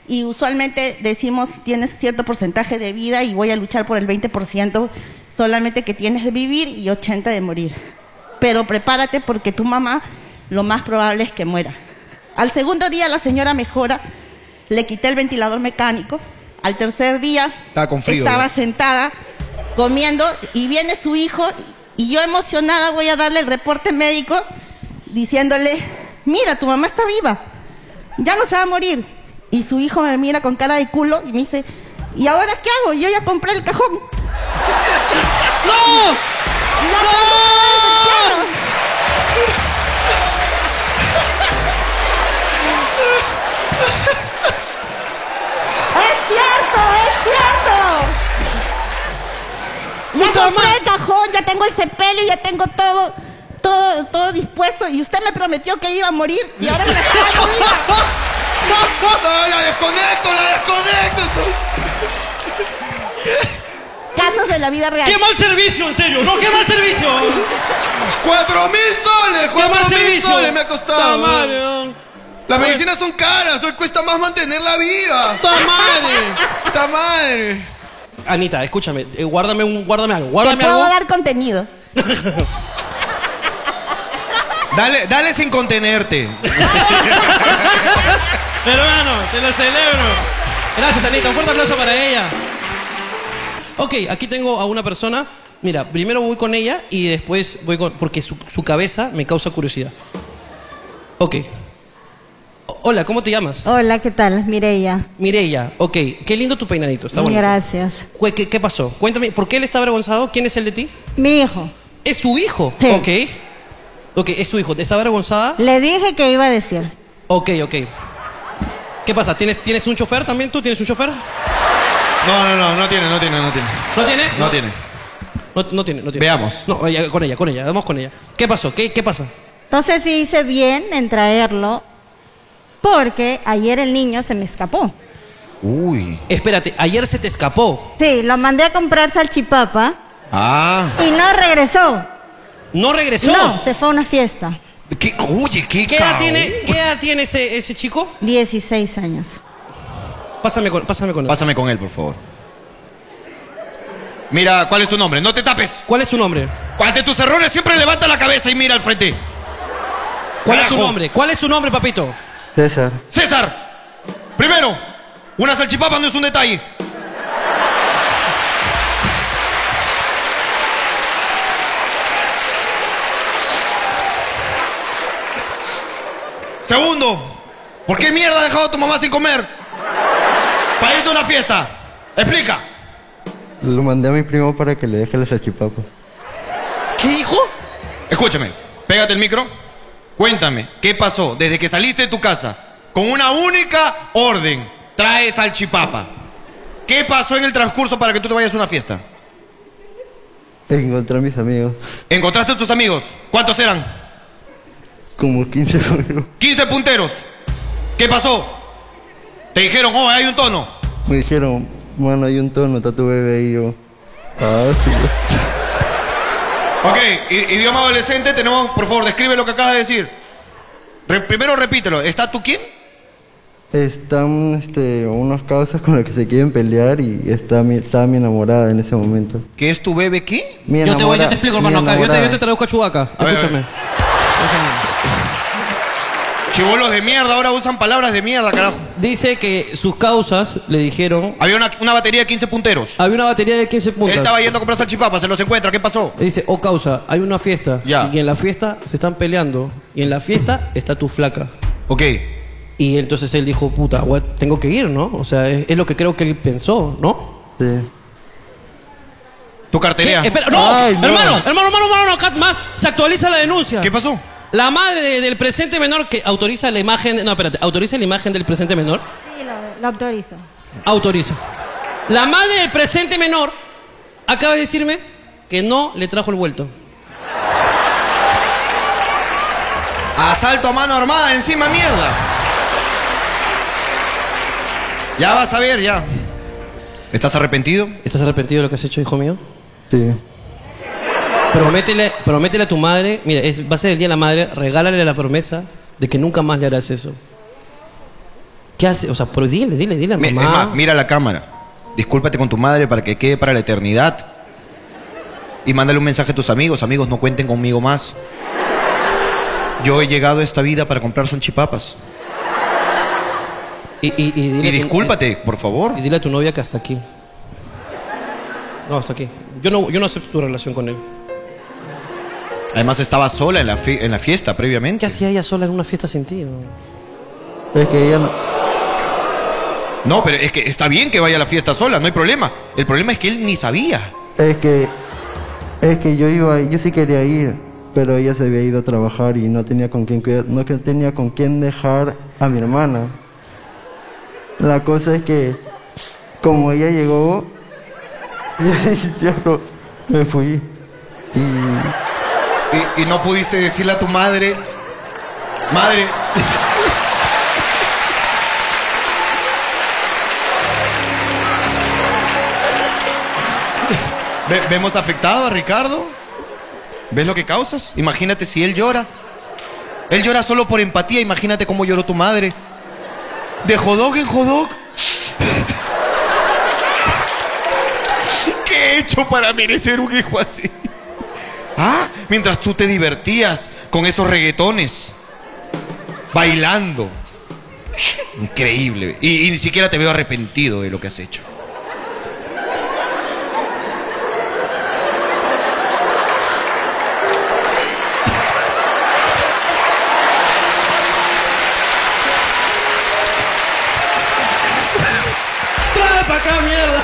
[SPEAKER 11] y usualmente decimos tienes cierto porcentaje de vida y voy a luchar por el 20% solamente que tienes de vivir y 80 de morir. Pero prepárate porque tu mamá lo más probable es que muera. Al segundo día la señora mejora, le quité el ventilador mecánico. Al tercer día
[SPEAKER 2] Estaba con frío,
[SPEAKER 11] estaba
[SPEAKER 2] ¿no?
[SPEAKER 11] sentada comiendo y viene su hijo y yo emocionada voy a darle el reporte médico diciéndole, mira, tu mamá está viva, ya no se va a morir. Y su hijo me mira con cara de culo y me dice, ¿y ahora qué hago? Yo ya compré el cajón.
[SPEAKER 1] ¡No!
[SPEAKER 11] ¡No! ¡Es cierto! ¡Es cierto! Ya compré el cajón, ya tengo el sepelio, ya tengo todo, todo, todo dispuesto. Y usted me prometió que iba a morir y ahora me la está viva.
[SPEAKER 12] ¡No, la desconecto, la desconecto!
[SPEAKER 11] Casos de la vida real.
[SPEAKER 1] ¡Qué mal servicio, en serio! ¡No, qué mal servicio!
[SPEAKER 12] ¡Cuatro mil soles!
[SPEAKER 1] ¡Qué
[SPEAKER 12] ¡Cuatro
[SPEAKER 1] mal
[SPEAKER 12] mil
[SPEAKER 1] servicio!
[SPEAKER 12] soles me ha
[SPEAKER 1] ¡Ta
[SPEAKER 12] costado!
[SPEAKER 1] madre,
[SPEAKER 12] weón.
[SPEAKER 1] weón!
[SPEAKER 12] Las medicinas son caras, hoy cuesta más mantenerla viva.
[SPEAKER 1] ¡Ta madre!
[SPEAKER 12] ¡Puta madre!
[SPEAKER 1] Anita, escúchame, eh, guárdame, un, guárdame algo,
[SPEAKER 11] Te
[SPEAKER 1] guárdame
[SPEAKER 11] puedo
[SPEAKER 1] algo.
[SPEAKER 11] dar contenido.
[SPEAKER 2] Dale, dale sin contenerte.
[SPEAKER 1] Hermano, te lo celebro. Gracias, Anita. Un fuerte aplauso para ella. Ok, aquí tengo a una persona. Mira, primero voy con ella y después voy con. Porque su, su cabeza me causa curiosidad. Ok. O- Hola, ¿cómo te llamas?
[SPEAKER 8] Hola, ¿qué tal? Mireia.
[SPEAKER 1] Mireya. Ok, qué lindo tu peinadito. Está bonito.
[SPEAKER 8] Gracias.
[SPEAKER 1] Cu- ¿Qué, qué pasó? Cuéntame, ¿por qué él está avergonzado? ¿Quién es el de ti?
[SPEAKER 8] Mi hijo.
[SPEAKER 1] Es tu hijo.
[SPEAKER 8] Sí.
[SPEAKER 1] Ok. Ok, es tu hijo. ¿Está avergonzada?
[SPEAKER 8] Le dije que iba a decir.
[SPEAKER 1] Ok, ok. ¿Qué pasa? ¿Tienes, ¿Tienes un chofer también? ¿Tú tienes un chofer?
[SPEAKER 2] No, no, no, no tiene, no tiene, no tiene.
[SPEAKER 1] ¿No tiene?
[SPEAKER 2] No tiene.
[SPEAKER 1] No, no tiene, no tiene.
[SPEAKER 2] Veamos.
[SPEAKER 1] No, ella- con ella, con ella, vamos con ella. ¿Qué pasó? ¿Qué, qué pasa?
[SPEAKER 8] Entonces sí hice bien en traerlo porque ayer el niño se me escapó.
[SPEAKER 2] Uy.
[SPEAKER 1] Espérate, ayer se te escapó.
[SPEAKER 8] Sí, lo mandé a comprar salchipapa
[SPEAKER 2] Ah.
[SPEAKER 8] y no regresó.
[SPEAKER 1] ¿No regresó?
[SPEAKER 8] No, se fue a una fiesta.
[SPEAKER 2] ¿Qué, oye, qué,
[SPEAKER 1] ¿Qué edad
[SPEAKER 2] cabrón.
[SPEAKER 1] tiene, qué edad tiene ese, ese chico?
[SPEAKER 8] 16 años.
[SPEAKER 1] Pásame con, pásame con él.
[SPEAKER 2] Pásame con él, por favor. Mira, ¿cuál es tu nombre? No te tapes.
[SPEAKER 1] ¿Cuál es su nombre?
[SPEAKER 2] ¿Cuál de tus errores siempre levanta la cabeza y mira al frente?
[SPEAKER 1] ¿Cuál es su
[SPEAKER 2] Carajo.
[SPEAKER 1] nombre? ¿Cuál es su nombre, papito?
[SPEAKER 13] César.
[SPEAKER 2] César, primero, una salchipapa no es un detalle. Segundo, ¿por qué mierda ha dejado a tu mamá sin comer? Para irte a una fiesta. Explica.
[SPEAKER 13] Lo mandé a mi primo para que le deje la salchipapa.
[SPEAKER 1] ¿Qué dijo?
[SPEAKER 2] Escúchame, pégate el micro. Cuéntame, ¿qué pasó desde que saliste de tu casa con una única orden? Traes al chipapa. ¿Qué pasó en el transcurso para que tú te vayas a una fiesta?
[SPEAKER 13] Encontré a mis amigos.
[SPEAKER 2] ¿Encontraste a tus amigos? ¿Cuántos eran?
[SPEAKER 13] Como 15 amigos.
[SPEAKER 2] 15 punteros. ¿Qué pasó? Te dijeron, oh, hay un tono.
[SPEAKER 13] Me dijeron, mano, hay un tono, está tu bebé y yo. Ah, sí.
[SPEAKER 2] Ok, i- idioma adolescente, tenemos, por favor, describe lo que acabas de decir. Re- primero repítelo, ¿está tú quién?
[SPEAKER 13] Están este, unas causas con las que se quieren pelear y está mi, estaba mi enamorada en ese momento.
[SPEAKER 2] ¿Qué es tu bebé qué?
[SPEAKER 13] Mi
[SPEAKER 1] yo, te voy, yo
[SPEAKER 13] enamora-
[SPEAKER 1] te explico,
[SPEAKER 13] mi
[SPEAKER 1] hermano. acá, Yo te,
[SPEAKER 13] enamorada.
[SPEAKER 1] yo te traduzco a Chubaca.
[SPEAKER 2] A ver, a ver.
[SPEAKER 1] Escúchame.
[SPEAKER 2] Chibolos de mierda, ahora usan palabras de mierda, carajo.
[SPEAKER 1] Dice que sus causas le dijeron.
[SPEAKER 2] Había una, una batería de 15 punteros.
[SPEAKER 1] Había una batería de 15 puntas.
[SPEAKER 2] Él estaba yendo a comprar salchipapas, se los encuentra, ¿qué pasó?
[SPEAKER 1] Y Dice, oh causa, hay una fiesta.
[SPEAKER 2] Ya.
[SPEAKER 1] Y en la fiesta se están peleando. Y en la fiesta está tu flaca.
[SPEAKER 2] Ok,
[SPEAKER 1] Y entonces él dijo, puta, what, tengo que ir, ¿no? O sea, es, es lo que creo que él pensó, ¿no?
[SPEAKER 13] Sí.
[SPEAKER 2] Tu cartería.
[SPEAKER 1] Espera, no, hermano, hermano, hermano, hermano, no, Cat, ma- se actualiza la denuncia. ¿Qué
[SPEAKER 2] pasó?
[SPEAKER 1] La madre de- del presente menor que autoriza la imagen, no, espérate, autoriza la imagen del presente menor.
[SPEAKER 8] Sí, lo, lo autorizo.
[SPEAKER 1] Autoriza. La madre del presente menor acaba de decirme que no le trajo el vuelto.
[SPEAKER 2] Asalto a mano armada encima, mierda. Ya vas a ver, ya. ¿Estás arrepentido?
[SPEAKER 1] ¿Estás arrepentido de lo que has hecho, hijo mío?
[SPEAKER 13] Sí.
[SPEAKER 1] Prométele, prométele a tu madre, mira, es- va a ser el día de la madre, regálale la promesa de que nunca más le harás eso. ¿Qué hace? O sea, pero dile, dile, dile a
[SPEAKER 2] Mi- es
[SPEAKER 1] mamá.
[SPEAKER 2] más, mira la cámara. Discúlpate con tu madre para que quede para la eternidad. Y mándale un mensaje a tus amigos. Amigos, no cuenten conmigo más. Yo he llegado a esta vida para comprar sanchipapas.
[SPEAKER 1] Y,
[SPEAKER 2] y discúlpate, por favor.
[SPEAKER 1] Y dile a tu novia que hasta aquí. No, hasta aquí. Yo no, yo no acepto tu relación con él.
[SPEAKER 2] Además estaba sola en la, fi- en la fiesta previamente.
[SPEAKER 1] ¿Qué hacía ella sola en una fiesta sin ti?
[SPEAKER 13] Es que ella no.
[SPEAKER 2] No, pero es que está bien que vaya a la fiesta sola, no hay problema. El problema es que él ni sabía.
[SPEAKER 13] Es que. Es que yo iba. Yo sí quería ir. Pero ella se había ido a trabajar y no tenía con quién cuidar- No que- tenía con quién dejar a mi hermana. La cosa es que. Como ella llegó. Yo, no- me fui. Y.
[SPEAKER 2] Y, y no pudiste decirle a tu madre, madre, Ve- ¿vemos afectado a Ricardo? ¿Ves lo que causas? Imagínate si él llora. Él llora solo por empatía, imagínate cómo lloró tu madre. De jodog en jodog. ¿Qué he hecho para merecer un hijo así? Ah, mientras tú te divertías con esos reggaetones, bailando. Increíble. Y, y ni siquiera te veo arrepentido de lo que has hecho.
[SPEAKER 1] ¡Trae pa' acá, mierda!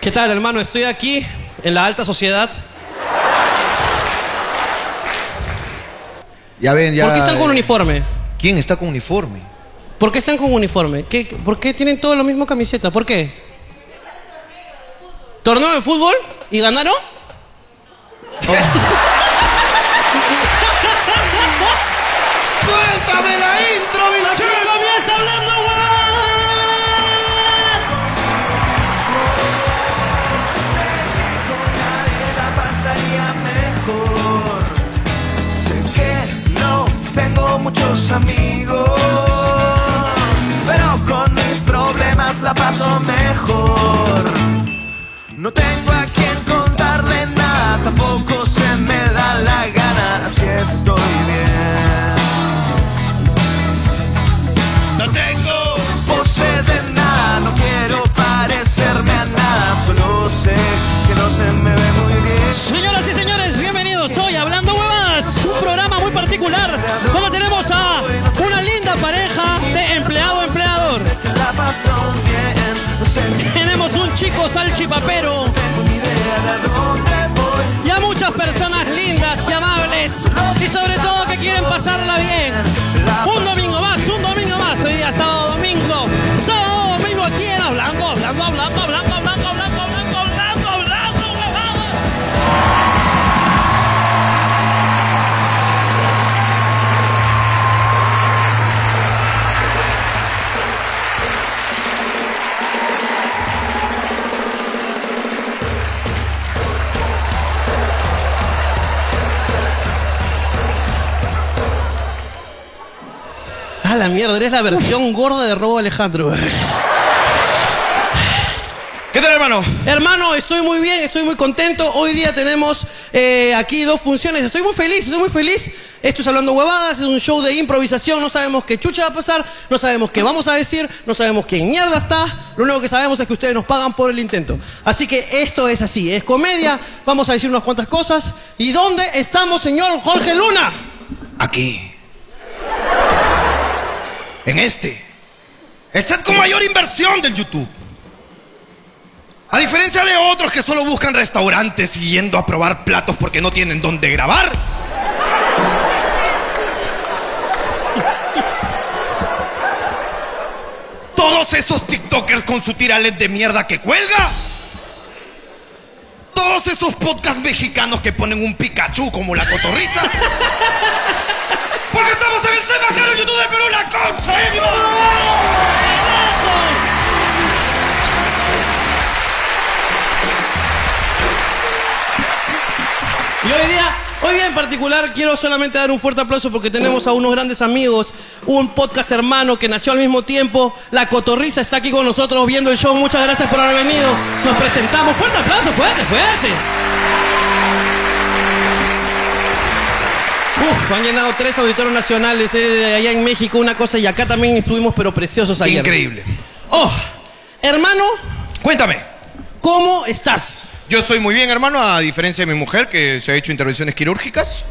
[SPEAKER 1] ¿Qué tal, hermano? Estoy aquí en la alta sociedad.
[SPEAKER 2] Ya ven, ya.
[SPEAKER 1] ¿Por qué están con
[SPEAKER 2] eh,
[SPEAKER 1] uniforme?
[SPEAKER 2] ¿Quién está con uniforme?
[SPEAKER 1] ¿Por qué están con uniforme? ¿Qué, ¿Por qué tienen todos la misma camiseta? ¿Por qué? ¿Torneo de fútbol? ¿Y ganaron?
[SPEAKER 14] ¡Suéltame la intro, Vilachón! comienza hablando,
[SPEAKER 6] pasaría mejor. Sé que no tengo muchos amigos, pero con mis problemas la paso mejor. No tengo a quien contarle nada, tampoco se me da la gana, así estoy bien. No tengo poses de nada, no quiero parecerme a nada, solo sé que no se me ve muy bien.
[SPEAKER 1] Señoras y señores, bienvenidos hoy a Hablando Huevas, un programa muy particular donde tenemos a una linda pareja de empleado-empleador. Tenemos un chico salchipapero y a muchas personas lindas y amables y sobre todo que quieren pasarla bien. Un domingo más, un domingo más, hoy día sábado, domingo, sábado, domingo aquí en Hablando, Hablando, Hablando, Hablando, Hablando, Hablando, Hablando, Hablando, Hablando, Huevadas. Ah, la mierda, eres la versión gorda de Robo Alejandro.
[SPEAKER 2] ¿Qué tal, hermano?
[SPEAKER 1] Hermano, estoy muy bien, estoy muy contento. Hoy día tenemos eh, aquí dos funciones. Estoy muy feliz, estoy muy feliz. Esto es Hablando Huevadas, es un show de improvisación. No sabemos qué chucha va a pasar, no sabemos qué vamos a decir, no sabemos quién mierda está. Lo único que sabemos es que ustedes nos pagan por el intento. Así que esto es así, es comedia. Vamos a decir unas cuantas cosas. ¿Y dónde estamos, señor Jorge Luna?
[SPEAKER 2] Aquí. en este. El set con mayor inversión del YouTube. A diferencia de otros que solo buscan restaurantes y yendo a probar platos porque no tienen dónde grabar. Todos esos TikTokers con su tiralet de mierda que cuelga. Todos esos podcasts mexicanos que ponen un Pikachu como la cotorriza. Porque estamos en el tema caro YouTube de Perú, la concha de mi madre.
[SPEAKER 1] Y hoy día, hoy día en particular quiero solamente dar un fuerte aplauso porque tenemos a unos grandes amigos, un podcast hermano que nació al mismo tiempo, La Cotorriza está aquí con nosotros viendo el show, muchas gracias por haber venido, nos presentamos, fuerte aplauso, fuerte, fuerte. Uf, han llenado tres auditorios nacionales eh, de allá en México, una cosa, y acá también estuvimos, pero preciosos ayer.
[SPEAKER 2] Increíble.
[SPEAKER 1] Oh, hermano,
[SPEAKER 2] cuéntame,
[SPEAKER 1] ¿cómo estás?
[SPEAKER 2] Yo estoy muy bien, hermano, a diferencia de mi mujer que se ha hecho intervenciones quirúrgicas.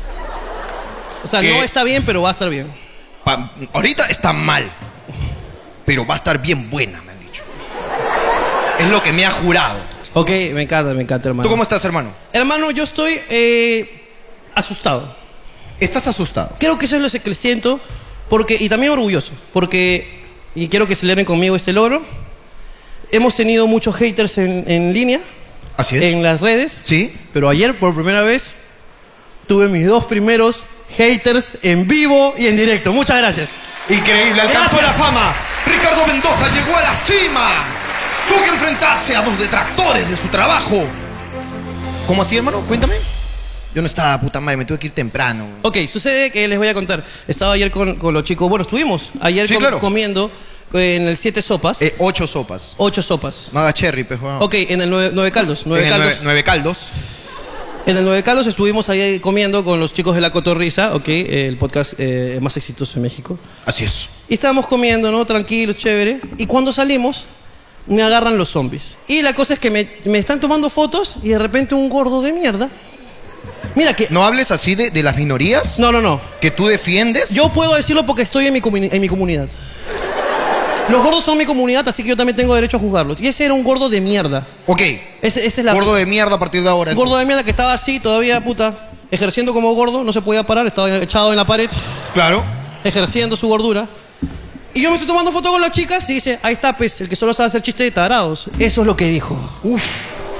[SPEAKER 1] O sea, no está bien, pero va a estar bien.
[SPEAKER 2] ahorita está mal, pero va a estar bien buena, me han dicho. Es lo que me ha jurado.
[SPEAKER 1] Ok, me encanta, me encanta, hermano.
[SPEAKER 2] ¿Tú cómo estás, hermano?
[SPEAKER 1] Hermano, yo estoy eh, asustado.
[SPEAKER 2] ¿Estás asustado?
[SPEAKER 1] Creo que eso es lo que siento, porque, y también orgulloso, porque, y quiero que celebren conmigo este logro, hemos tenido muchos haters en, en línea.
[SPEAKER 2] Así es.
[SPEAKER 1] En las redes.
[SPEAKER 2] Sí.
[SPEAKER 1] Pero ayer, por primera vez, tuve mis dos primeros haters en vivo y en directo. Muchas gracias.
[SPEAKER 2] Increíble, alcanzó
[SPEAKER 1] Gracias.
[SPEAKER 2] la fama. Ricardo Mendoza llegó a la cima. Tuvo que enfrentarse a los detractores de su trabajo. ¿Cómo así, hermano? Cuéntame. Yo no estaba, puta madre, me tuve que ir temprano.
[SPEAKER 1] Ok, sucede que les voy a contar. Estaba ayer con, con los chicos. Bueno, estuvimos ayer
[SPEAKER 2] Sí,
[SPEAKER 1] com-
[SPEAKER 2] claro.
[SPEAKER 1] comiendo eh, en el Siete Sopas.
[SPEAKER 2] ocho sopas.
[SPEAKER 1] Ocho sopas.
[SPEAKER 2] No haga cherry, pues, weón.
[SPEAKER 1] Ok, en el Nueve, nueve Caldos. Nueve
[SPEAKER 2] En el
[SPEAKER 1] caldos.
[SPEAKER 2] Nueve- Nueve caldos.
[SPEAKER 1] En el Nueve Caldos estuvimos ahí comiendo con los chicos de La Cotorrisa, ok, eh, el podcast eh, más exitoso de México.
[SPEAKER 2] Así es.
[SPEAKER 1] Y estábamos comiendo, ¿no? Tranquilos, chévere. Y cuando salimos, me agarran los zombies. Y la cosa es que me, me están tomando fotos y de repente un gordo de mierda. Mira que...
[SPEAKER 2] ¿No hables así de, de las minorías?
[SPEAKER 1] No, no, no.
[SPEAKER 2] ¿Que tú defiendes?
[SPEAKER 1] Yo puedo decirlo porque estoy en mi, comuni- en mi comunidad. Los gordos son mi comunidad, así que yo también tengo derecho a juzgarlos. Y ese era un gordo de mierda.
[SPEAKER 2] Ok.
[SPEAKER 1] Ese, esa es la...
[SPEAKER 2] Gordo de mierda a partir de ahora.
[SPEAKER 1] Gordo de mierda que estaba así todavía, puta, ejerciendo como gordo, no se podía parar, estaba echado en la pared.
[SPEAKER 2] Claro.
[SPEAKER 1] Ejerciendo su gordura. Y yo me estoy tomando foto con las chicas y dice, ahí está, pues, el que solo sabe hacer chiste de tarados. Eso es lo que dijo.
[SPEAKER 2] Uf,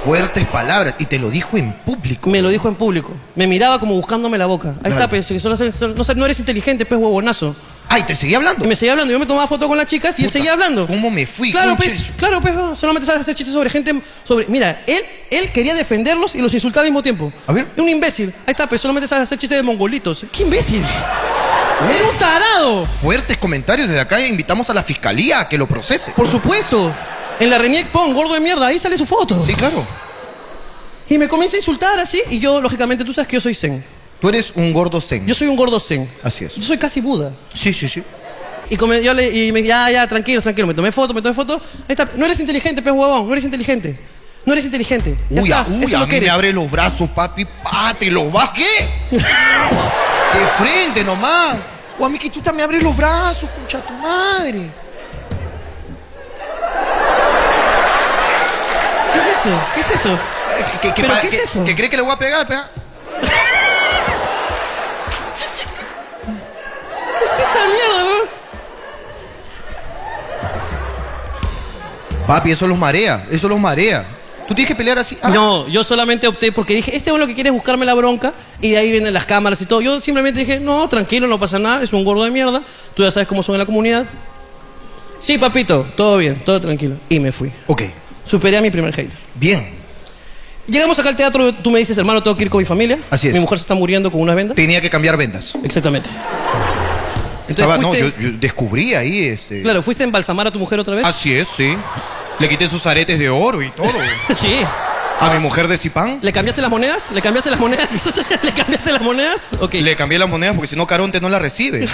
[SPEAKER 2] fuertes palabras. Y te lo dijo en público.
[SPEAKER 1] Me lo dijo en público. Me miraba como buscándome la boca. Ahí está, pues, el que solo hace- solo- no, sé, no eres inteligente, pues, huevonazo.
[SPEAKER 2] Ay, te seguía hablando.
[SPEAKER 1] Y me seguía hablando. Yo me tomaba foto con las chicas y él seguía hablando.
[SPEAKER 2] ¿Cómo me fui?
[SPEAKER 1] Claro,
[SPEAKER 2] concha
[SPEAKER 1] pues,
[SPEAKER 2] de su-
[SPEAKER 1] claro, pues, ah, solamente sabes hacer chistes sobre gente, sobre... Mira, él, él quería defenderlos y los insultaba al mismo tiempo.
[SPEAKER 2] A ver.
[SPEAKER 1] Un imbécil. Ahí está, pues, solamente sabes hacer chistes de mongolitos. ¡Qué imbécil! ¡Era un tarado!
[SPEAKER 2] Fuertes comentarios desde acá. Invitamos a la fiscalía a que lo procese.
[SPEAKER 1] Por supuesto. En la Reniec Pon, gordo de mierda, ahí sale su foto.
[SPEAKER 2] Sí, claro.
[SPEAKER 1] Y me comienza a insultar así, y yo, lógicamente, tú sabes que yo soy zen.
[SPEAKER 2] Tú eres un gordo zen.
[SPEAKER 1] Yo soy un gordo zen.
[SPEAKER 2] Así es.
[SPEAKER 1] Yo soy casi Buda.
[SPEAKER 2] Sí, sí, sí.
[SPEAKER 1] Y como yo le, y me, ya, ya, tranquilo, tranquilo, me tomé foto, me tomé foto. Ahí está, no eres inteligente, pez huevón, no eres inteligente. No eres inteligente. Ya
[SPEAKER 2] Uy,
[SPEAKER 1] está,
[SPEAKER 2] a- uy,
[SPEAKER 1] eso es
[SPEAKER 2] a
[SPEAKER 1] lo que
[SPEAKER 2] mí me
[SPEAKER 1] eres.
[SPEAKER 2] abre los brazos, papi. Pa, te los vas, ¿qué? De frente nomás. O a mí que chuta me abre los brazos, concha tu madre.
[SPEAKER 1] ¿Qué es eso? ¿Qué es eso?
[SPEAKER 2] Eh, que- que- que
[SPEAKER 1] ¿Pero
[SPEAKER 2] pa-
[SPEAKER 1] qué es
[SPEAKER 2] que-
[SPEAKER 1] eso?
[SPEAKER 2] Que cree que le voy a pegar, pega.
[SPEAKER 1] ¿Qué es esta mierda, huevón?
[SPEAKER 2] Papi, eso los marea, eso los marea. Tú tienes que pelear así. Ah,
[SPEAKER 1] No, yo solamente opté porque dije, este es lo que quiere es buscarme la bronca y de ahí vienen las cámaras y todo. Yo simplemente dije, no, tranquilo, no pasa nada, es un gordo de mierda, tú ya sabes cómo son en la comunidad. Sí, papito, todo bien, todo tranquilo. Y me fui.
[SPEAKER 2] Ok,
[SPEAKER 1] Superé a mi primer hater.
[SPEAKER 2] bien.
[SPEAKER 1] Llegamos acá al teatro, tú me dices, hermano, tengo que ir con mi familia.
[SPEAKER 2] Así es.
[SPEAKER 1] Mi mujer se está muriendo con una venda.
[SPEAKER 2] Tenía que cambiar vendas.
[SPEAKER 1] Exactamente.
[SPEAKER 2] Estaba- no,
[SPEAKER 1] fuiste-
[SPEAKER 2] yo, yo descubrí ahí este.
[SPEAKER 1] Claro, ¿fuiste a embalsamar a tu mujer otra vez?
[SPEAKER 2] Así es, Ah, sí. Le quité sus aretes de oro y todo.
[SPEAKER 1] sí.
[SPEAKER 2] A mi mujer de Zipán.
[SPEAKER 1] ¿Le cambiaste las monedas? ¿Le cambiaste las monedas? ¿Le cambiaste las monedas? Ok.
[SPEAKER 2] Le cambié las monedas porque si no Caronte no la recibe.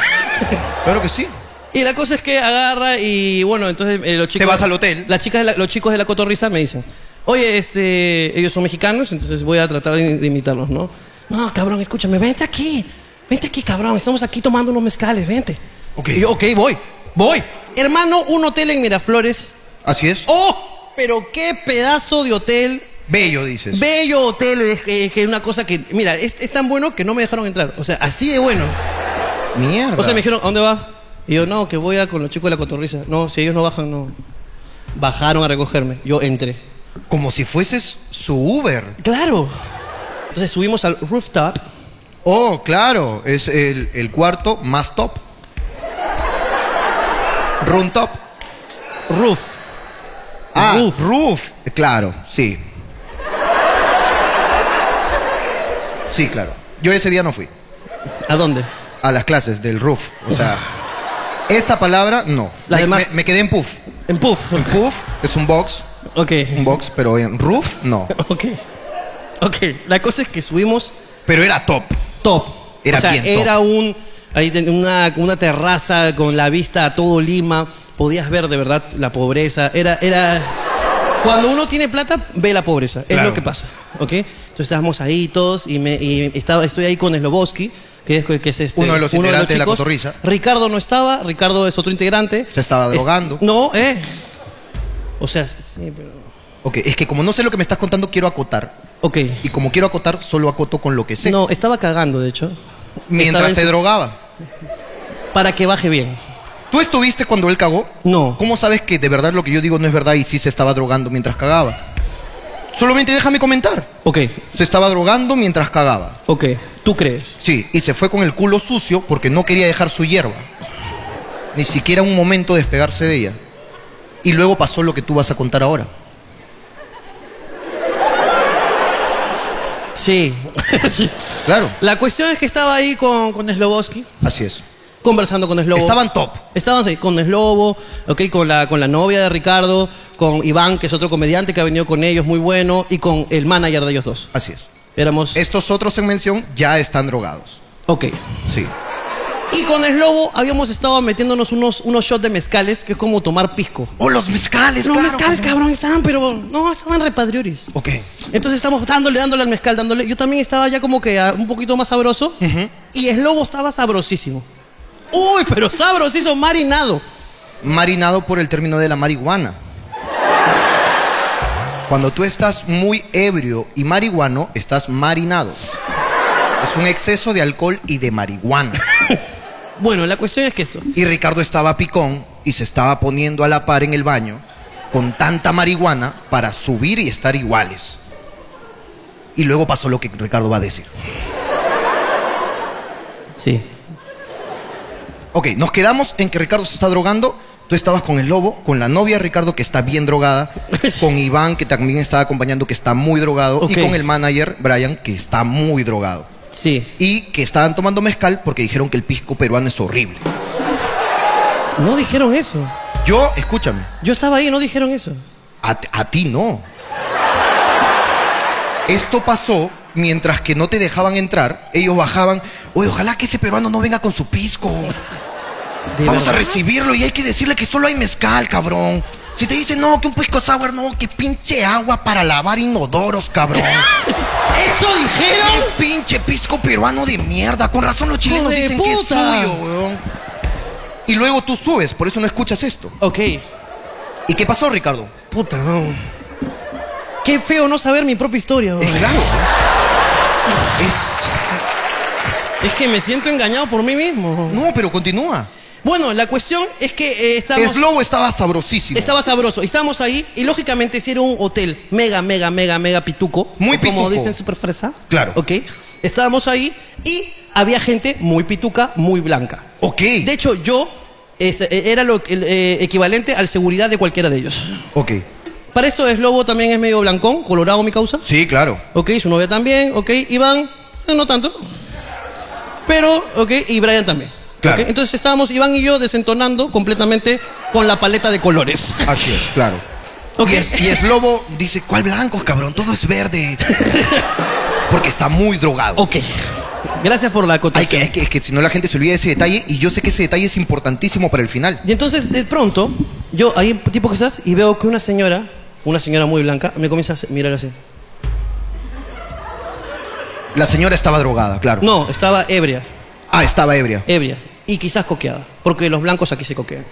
[SPEAKER 2] claro que sí.
[SPEAKER 1] Y la cosa es que agarra y bueno, entonces eh, los chicos.
[SPEAKER 2] vas al hotel.
[SPEAKER 1] Las chicas de la- los chicos de la cotorriza me dicen: Oye, este, ellos son mexicanos, entonces voy a tratar de, de imitarlos, ¿no? No, cabrón, escúchame, vente aquí. Vente aquí, cabrón, estamos aquí tomando unos mezcales, vente.
[SPEAKER 2] Ok.
[SPEAKER 1] Y yo, ok, voy. Voy. Hermano, un hotel en Miraflores. Así es. ¡Oh! Pero qué pedazo de hotel. Bello, dices. Bello hotel. Es que es que una cosa que. Mira, es, es tan bueno que no me dejaron entrar. O sea, así de bueno. Mierda. O sea, me dijeron, ¿a dónde vas? Y yo, no, que voy a con los chicos de la cotorriza. No, si ellos no bajan, no. Bajaron a recogerme. Yo entré. Como si fueses su Uber. Claro. Entonces subimos al rooftop.
[SPEAKER 2] Oh, claro, es el, el cuarto más top. Room top.
[SPEAKER 1] Roof.
[SPEAKER 2] Ah, roof. Claro, sí. Sí, claro. Yo ese día no fui.
[SPEAKER 1] ¿A dónde?
[SPEAKER 2] A las clases del roof. O sea, esa palabra no. me, me- me quedé en puff.
[SPEAKER 1] En puff.
[SPEAKER 2] En puff es un box.
[SPEAKER 1] Ok.
[SPEAKER 2] Un box, pero en roof no.
[SPEAKER 1] Ok. Ok, la cosa es que subimos.
[SPEAKER 2] Pero era top.
[SPEAKER 1] Top.
[SPEAKER 2] Era
[SPEAKER 1] o sea,
[SPEAKER 2] bien top.
[SPEAKER 1] era un. Ahí ten- una, una terraza con la vista a todo Lima. Podías ver de verdad la pobreza. Era. era cuando uno tiene plata, ve la pobreza. Es
[SPEAKER 5] Claro.
[SPEAKER 1] lo que pasa. ¿Ok? Entonces estábamos ahí todos y, me, y estaba, estoy ahí con Sloboski, que es, que es este,
[SPEAKER 2] Uno de los integrantes de la
[SPEAKER 1] chicos.
[SPEAKER 2] cotorrisa.
[SPEAKER 1] Ricardo no estaba, Ricardo es otro integrante. Se
[SPEAKER 2] estaba drogando.
[SPEAKER 1] no, ¿eh? O sea, sí, pero.
[SPEAKER 2] Ok, es que como no sé lo que me estás contando, quiero acotar.
[SPEAKER 1] Ok.
[SPEAKER 2] Y como quiero acotar, solo acoto con lo que sé.
[SPEAKER 1] No, estaba cagando, de hecho.
[SPEAKER 2] Mientras
[SPEAKER 1] Estaba en
[SPEAKER 2] se
[SPEAKER 1] su-
[SPEAKER 2] drogaba.
[SPEAKER 1] Para que baje bien.
[SPEAKER 2] ¿Tú estuviste cuando él cagó?
[SPEAKER 1] No.
[SPEAKER 2] ¿Cómo sabes que de verdad lo que yo digo no es verdad y sí se estaba drogando mientras cagaba? Solamente déjame comentar.
[SPEAKER 1] Ok.
[SPEAKER 2] Se estaba drogando mientras cagaba.
[SPEAKER 1] Ok. ¿Tú crees?
[SPEAKER 2] Sí, y se fue con el culo sucio porque no quería dejar su hierba. Ni siquiera un momento despegarse de ella. Y luego pasó lo que tú vas a contar ahora.
[SPEAKER 1] Sí.
[SPEAKER 2] Claro.
[SPEAKER 1] La cuestión es que estaba ahí con, con Sloboski,
[SPEAKER 2] Así es.
[SPEAKER 1] conversando con Slobo.
[SPEAKER 2] Estaban top.
[SPEAKER 1] Estaban ahí con Slobo, ok, con la, con la novia de Ricardo, con Iván, que es otro comediante que ha venido con ellos, muy bueno, y con el manager de ellos dos.
[SPEAKER 2] Así es.
[SPEAKER 1] Éramos.
[SPEAKER 2] Estos otros en mención ya están drogados.
[SPEAKER 1] Ok.
[SPEAKER 2] Sí.
[SPEAKER 1] Y con Slobo habíamos estado metiéndonos unos, unos shots de mezcales, que es como tomar pisco.
[SPEAKER 2] ¡Oh, los mezcales!
[SPEAKER 1] Los
[SPEAKER 2] claro,
[SPEAKER 1] mezcales, cabrón, estaban, pero no, estaban repadriores.
[SPEAKER 2] Ok.
[SPEAKER 1] Entonces estamos dándole, dándole al mezcal, dándole. Yo también estaba ya como que ah, un poquito más sabroso. Y el lobo estaba sabrosísimo. Uy, pero sabrosísimo, marinado.
[SPEAKER 2] Marinado por el término de la marihuana. Cuando tú estás muy ebrio y marihuano, estás marinado. Es un exceso de alcohol y de marihuana.
[SPEAKER 1] Bueno, la cuestión es que esto.
[SPEAKER 2] Y Ricardo estaba picón y se estaba poniendo a la par en el baño con tanta marihuana para subir y estar iguales. Y luego pasó lo que Ricardo va a decir.
[SPEAKER 1] Sí.
[SPEAKER 2] Ok, nos quedamos en que Ricardo se está drogando. Tú estabas con el lobo, con la novia de Ricardo que está bien drogada, con Iván que también estaba acompañando que está muy drogado
[SPEAKER 1] Ok.
[SPEAKER 2] y con el manager Brian que está muy drogado.
[SPEAKER 1] Sí.
[SPEAKER 2] Y que estaban tomando mezcal porque dijeron que el pisco peruano es horrible.
[SPEAKER 1] No dijeron eso.
[SPEAKER 2] Yo, escúchame,
[SPEAKER 1] Yo estaba ahí, no dijeron eso.
[SPEAKER 2] a, t- a ti no. Esto pasó mientras que no te dejaban entrar, ellos bajaban, oye, ojalá que ese peruano no venga con su pisco. Vamos a recibirlo y hay que decirle que solo hay mezcal, cabrón. Si te dicen, no, que un pisco sour, no, que pinche agua para lavar inodoros, cabrón.
[SPEAKER 1] ¿Eso dijeron?
[SPEAKER 2] pinche pisco peruano de mierda. Con razón los chilenos
[SPEAKER 1] ¡Hijo de
[SPEAKER 2] dicen que es
[SPEAKER 1] puta!
[SPEAKER 2] suyo, weón. Y luego tú subes, por eso no escuchas esto.
[SPEAKER 1] Ok.
[SPEAKER 2] ¿Y qué pasó, Ricardo?
[SPEAKER 1] Puta, no. Qué feo no saber mi propia historia, bro.
[SPEAKER 2] claro. ¿eh?
[SPEAKER 1] Es que me siento engañado por mí mismo.
[SPEAKER 2] No, pero continúa.
[SPEAKER 1] Bueno, la cuestión es que eh, estamos...
[SPEAKER 2] Slobo estaba sabrosísimo.
[SPEAKER 1] Estaba sabroso. Y estábamos ahí y lógicamente hicieron un hotel mega, mega, mega, mega pituco. Muy Como
[SPEAKER 2] pituco.
[SPEAKER 1] dicen super fresa.
[SPEAKER 2] Claro.
[SPEAKER 1] Ok. Estábamos ahí y había gente muy pituca, muy blanca.
[SPEAKER 2] Ok.
[SPEAKER 1] De hecho, yo es- eh, era lo que- el, eh, equivalente al seguridad de cualquiera de ellos.
[SPEAKER 2] Ok.
[SPEAKER 1] Para esto es lobo también es medio blancón, colorado mi causa.
[SPEAKER 2] Sí, claro.
[SPEAKER 1] Ok, su novia también, ok, Iván, eh, no tanto. Pero, ok, y Brian también.
[SPEAKER 2] Claro.
[SPEAKER 1] Ok, Entonces estábamos Iván y yo desentonando completamente con la paleta de colores.
[SPEAKER 2] Así es, claro.
[SPEAKER 1] Ok.
[SPEAKER 2] Y, es, y es lobo, dice, ¿cuál blancos, cabrón? Todo es verde. Porque está muy drogado.
[SPEAKER 1] Ok. Gracias por la acotación.
[SPEAKER 2] es, que, es que si no la gente se olvida de ese detalle y yo sé que ese detalle es importantísimo para el final.
[SPEAKER 1] Y entonces, de pronto, yo ahí tipo que estás y veo que una señora, una señora muy blanca, me comienza a hacer- mirar así.
[SPEAKER 2] La señora estaba drogada, claro.
[SPEAKER 1] No, estaba ebria.
[SPEAKER 2] Ah, estaba ebria.
[SPEAKER 1] Ebria. y quizás coqueada, porque los blancos aquí se coquean.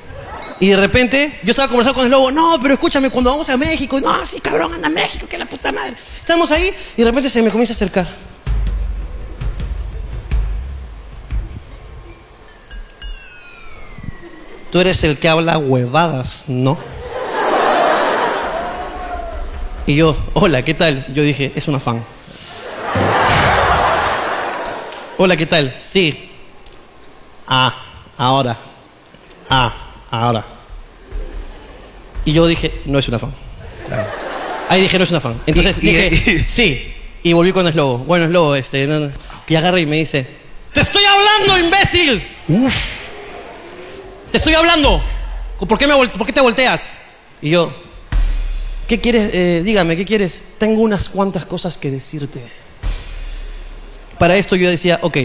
[SPEAKER 1] Y de repente yo estaba conversando con el lobo, no, pero escúchame, cuando vamos a México, no, sí, cabrón, anda a México, que la puta madre. Estamos ahí y de repente se me comienza a acercar. Tú eres el que habla huevadas, ¿no? Y yo, hola, ¿qué tal? Yo dije, es una fan. hola, ¿qué tal? Sí. Ah, ahora. Ah, ahora. Y yo dije, no es una fan. Ahí dije, no es una fan. Entonces
[SPEAKER 2] Y- y-
[SPEAKER 1] dije, sí. Y volví con Slobo. Bueno, Slobo, este. no, no. Y agarra y me dice, ¡Te estoy hablando, imbécil! ¡Te estoy hablando! ¿Por qué, me vol- ¿Por qué te volteas? Y yo, ¿Qué quieres? Eh, dígame, ¿qué quieres? Tengo unas cuantas cosas que decirte. Para esto yo decía, ok,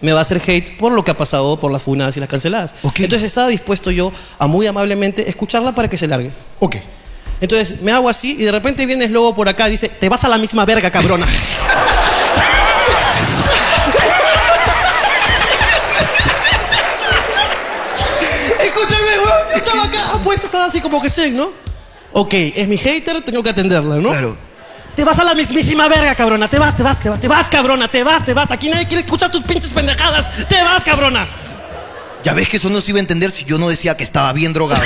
[SPEAKER 1] me va a hacer hate por lo que ha pasado, por las funas y las canceladas. Entonces estaba dispuesto yo a muy amablemente escucharla para que se largue. Ok. Entonces me hago así y de repente viene Slobo por acá y dice, te vas a la misma verga, cabrona. Escúchame, weón, yo estaba acá, apuesto, estaba así como que sé, ¿no? Ok, es mi hater, tengo que atenderla, ¿no? Claro. Te vas a la mismísima verga, cabrona. Te vas, te vas, te vas, te vas, cabrona. Te vas, te vas. Aquí nadie quiere escuchar tus pinches pendejadas. Te vas, cabrona.
[SPEAKER 2] Ya ves que eso no se iba a entender si yo no decía que estaba bien drogado.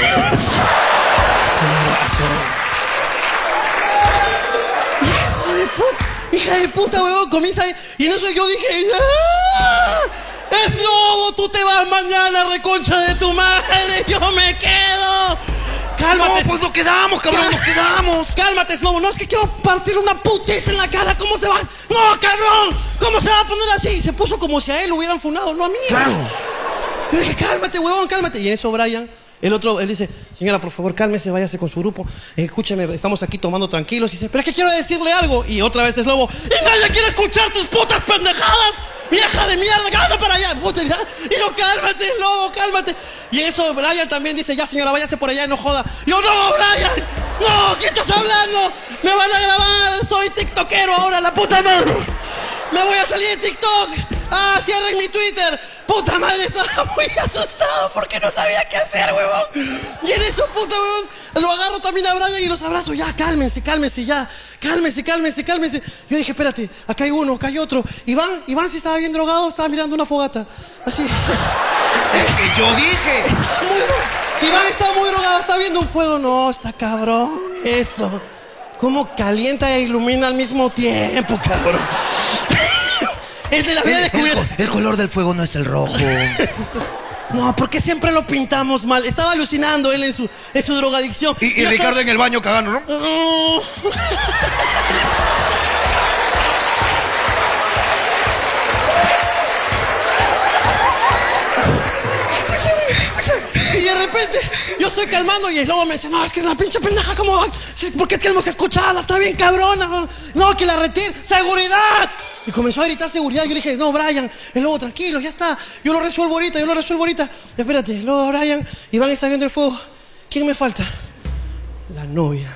[SPEAKER 1] Hijo de puta, hija de puta, weón, comienza. Y en eso yo dije, ¡Ah! ¡Es lobo! ¡Tú te vas mañana, reconcha de tu madre! ¡Yo me quedo! ¡Cálmate! No, pues nos quedamos, cabrón, nos quedamos. Cálmate, Snobo, no es que quiero partir una putiza en la cara. ¿Cómo te vas? ¡No, cabrón! ¿Cómo se va a poner así? Se puso como si a él lo hubieran funado, no a mí. Claro. Yo dije, cálmate, huevón, cálmate. Y en eso, Brian, el otro, él dice, señora, por favor, cálmese, váyase con su grupo. Eh, escúcheme, estamos aquí tomando tranquilos. Y dice, pero es que quiero decirle algo. Y otra vez es lobo. Y nadie quiere escuchar tus putas pendejadas. Vieja de mierda, cállate para allá. Puta, ya. Y yo, cálmate, lobo, cálmate. Y en eso, Brian también dice, ya, señora, váyase por allá y no joda. Y yo, no, Brian, no, ¿qué estás hablando? Me van a grabar, soy tiktokero ahora, la puta madre. ¡Me voy a salir de TikTok! ¡Ah, cierren mi Twitter! ¡Puta madre! Estaba muy asustado porque no sabía qué hacer, huevón. Y en eso, puta, huevón, lo agarro también a Brian y los abrazo. Ya, cálmense, cálmense, ya. Cálmense, cálmense, cálmense. Yo dije, espérate, acá hay uno, acá hay otro. Iván, Iván sí estaba bien drogado, estaba mirando una fogata. Así.
[SPEAKER 2] que yo dije.
[SPEAKER 1] Muy dro- Iván está muy drogado, está viendo un fuego. No, está cabrón. Esto. ¿Cómo calienta e ilumina al mismo tiempo, cabrón? El de la vida descubierta.
[SPEAKER 2] El color del fuego no es el rojo.
[SPEAKER 1] No, porque siempre lo pintamos mal. Estaba alucinando él en su, en su drogadicción.
[SPEAKER 2] Y, y Ricardo en el baño cagando, ¿no?
[SPEAKER 1] Y de repente yo estoy calmando y el lobo me dice, no, es que es la pinche pendeja, ¿cómo va? Sí, ¿Por qué tenemos que escucharla? Está bien cabrona. No, que la retire. ¡Seguridad! Y comenzó a gritar seguridad. Yo le dije, no, Brian, el lobo, tranquilo, ya está. Yo lo resuelvo ahorita, yo lo resuelvo ahorita. Espérate, el lobo, Brian, Iván está viendo el fuego. ¿Quién me falta? La novia.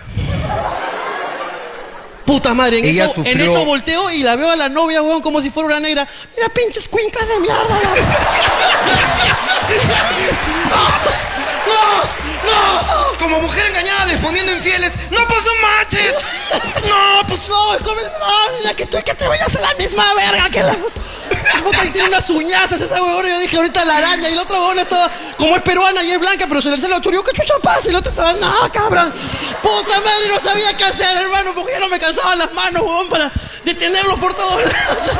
[SPEAKER 1] Puta madre, en,
[SPEAKER 2] Ella
[SPEAKER 1] eso, en
[SPEAKER 2] sufrió-
[SPEAKER 1] eso volteo y la veo a la novia, weón, como si fuera una negra. Mira, pinches cuencas de mierda.
[SPEAKER 2] ¡No! ¡No! Como mujer engañada respondiendo infieles. ¡No, pues no manches!
[SPEAKER 1] No, pues no, es como- no, la que tú y que te vayas a la misma verga que la. Puta, y tiene unas uñazas esa huevona. Yo dije, ahorita la araña. Y la otra huevona estaba, como es peruana y es blanca, pero se le se lo churió. ¿Qué chucha pasa? Y la otra estaba, no, cabrón. Puta madre, no sabía qué hacer, hermano, porque yo no me cansaban las manos, huevón, para detenerlo por todos lados.